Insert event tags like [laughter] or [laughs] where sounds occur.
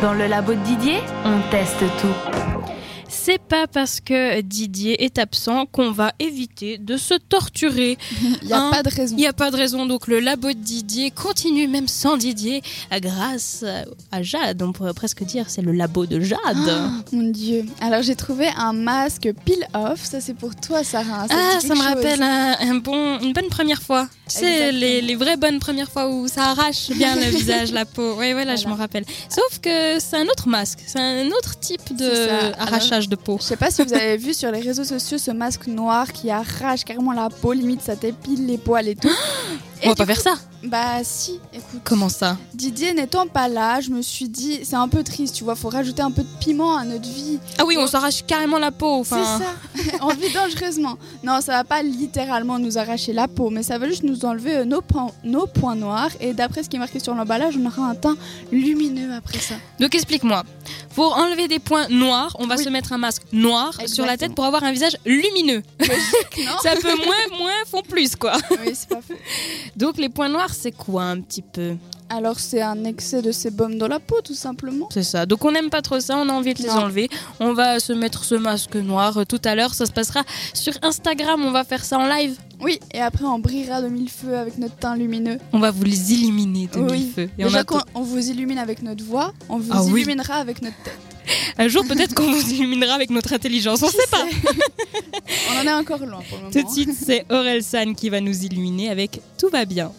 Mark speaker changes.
Speaker 1: Dans le labo de Didier, on teste tout.
Speaker 2: C'est pas parce que Didier est absent qu'on va éviter de se torturer.
Speaker 3: Il n'y a
Speaker 2: Hein,
Speaker 3: pas de raison.
Speaker 2: Il n'y a pas de raison, donc le labo de Didier continue même sans Didier, à- grâce à Jade. On pourrait presque dire c'est le labo de Jade.
Speaker 3: Ah, Mon dieu. Alors j'ai trouvé un masque peel-off. Ça, c'est pour toi, Sarah. te
Speaker 2: ah,
Speaker 3: dit
Speaker 2: ça me
Speaker 3: quelque chose.
Speaker 2: rappelle un, un bon, une bonne première fois. Tu sais,
Speaker 3: Exactement.
Speaker 2: les, les vraies bonnes premières fois où ça arrache bien [laughs] le visage, la peau. Oui, voilà, je
Speaker 3: Voilà.
Speaker 2: m'en rappelle. Sauf que c'est un autre masque, c'est un autre type
Speaker 3: C'est ça.
Speaker 2: de arrachage de peau.
Speaker 3: Je sais pas si vous avez vu sur les réseaux sociaux ce masque noir qui arrache carrément la peau, limite ça t'épile les poils et tout.
Speaker 2: [gasps] On
Speaker 3: Et
Speaker 2: va
Speaker 3: du
Speaker 2: pas faire ça.
Speaker 3: coup- Bah si, écoute.
Speaker 2: Comment ça
Speaker 3: Didier n'étant pas là, je me suis dit c'est un peu triste, tu vois, faut rajouter un peu de piment à notre vie.
Speaker 2: Ah oui, on s'arrache carrément la peau. Enfin,
Speaker 3: C'est ça. [laughs] on vit dangereusement. Non, ça va pas littéralement nous arracher la peau, mais ça va juste nous enlever euh, nos, points, nos points noirs. Et d'après ce qui est marqué sur l'emballage, on aura un teint lumineux après [laughs] ça.
Speaker 2: Donc explique-moi. Pour enlever des points noirs, on va
Speaker 3: Oui.
Speaker 2: se mettre un masque noir sur la
Speaker 3: Exactement.
Speaker 2: tête pour avoir un visage lumineux.
Speaker 3: non
Speaker 2: ça
Speaker 3: [laughs]
Speaker 2: peut moins, moins font plus quoi.
Speaker 3: oui, c'est pas faux.
Speaker 2: Donc les points noirs, c'est quoi un petit peu
Speaker 3: Alors c'est un excès de sébum dans la peau, tout simplement.
Speaker 2: C'est ça. Donc on n'aime pas trop ça, on a envie de les
Speaker 3: Non.
Speaker 2: enlever. On va se mettre ce masque noir euh, tout à l'heure. Ça se passera sur Instagram. On va faire ça en live.
Speaker 3: Oui, et après on brillera de mille feux avec notre teint lumineux.
Speaker 2: On va vous les illuminer de
Speaker 3: Oui.
Speaker 2: mille feux. Et on
Speaker 3: Déjà
Speaker 2: attend-
Speaker 3: qu'on on vous illumine avec notre voix, on vous
Speaker 2: Ah oui.
Speaker 3: illuminera avec notre tête.
Speaker 2: Un jour peut-être qu'on vous illuminera avec notre intelligence. On sait pas.
Speaker 3: [laughs] On en est encore loin pour le moment.
Speaker 2: Tout de suite, c'est Aurel San qui va nous illuminer avec Tout va bien.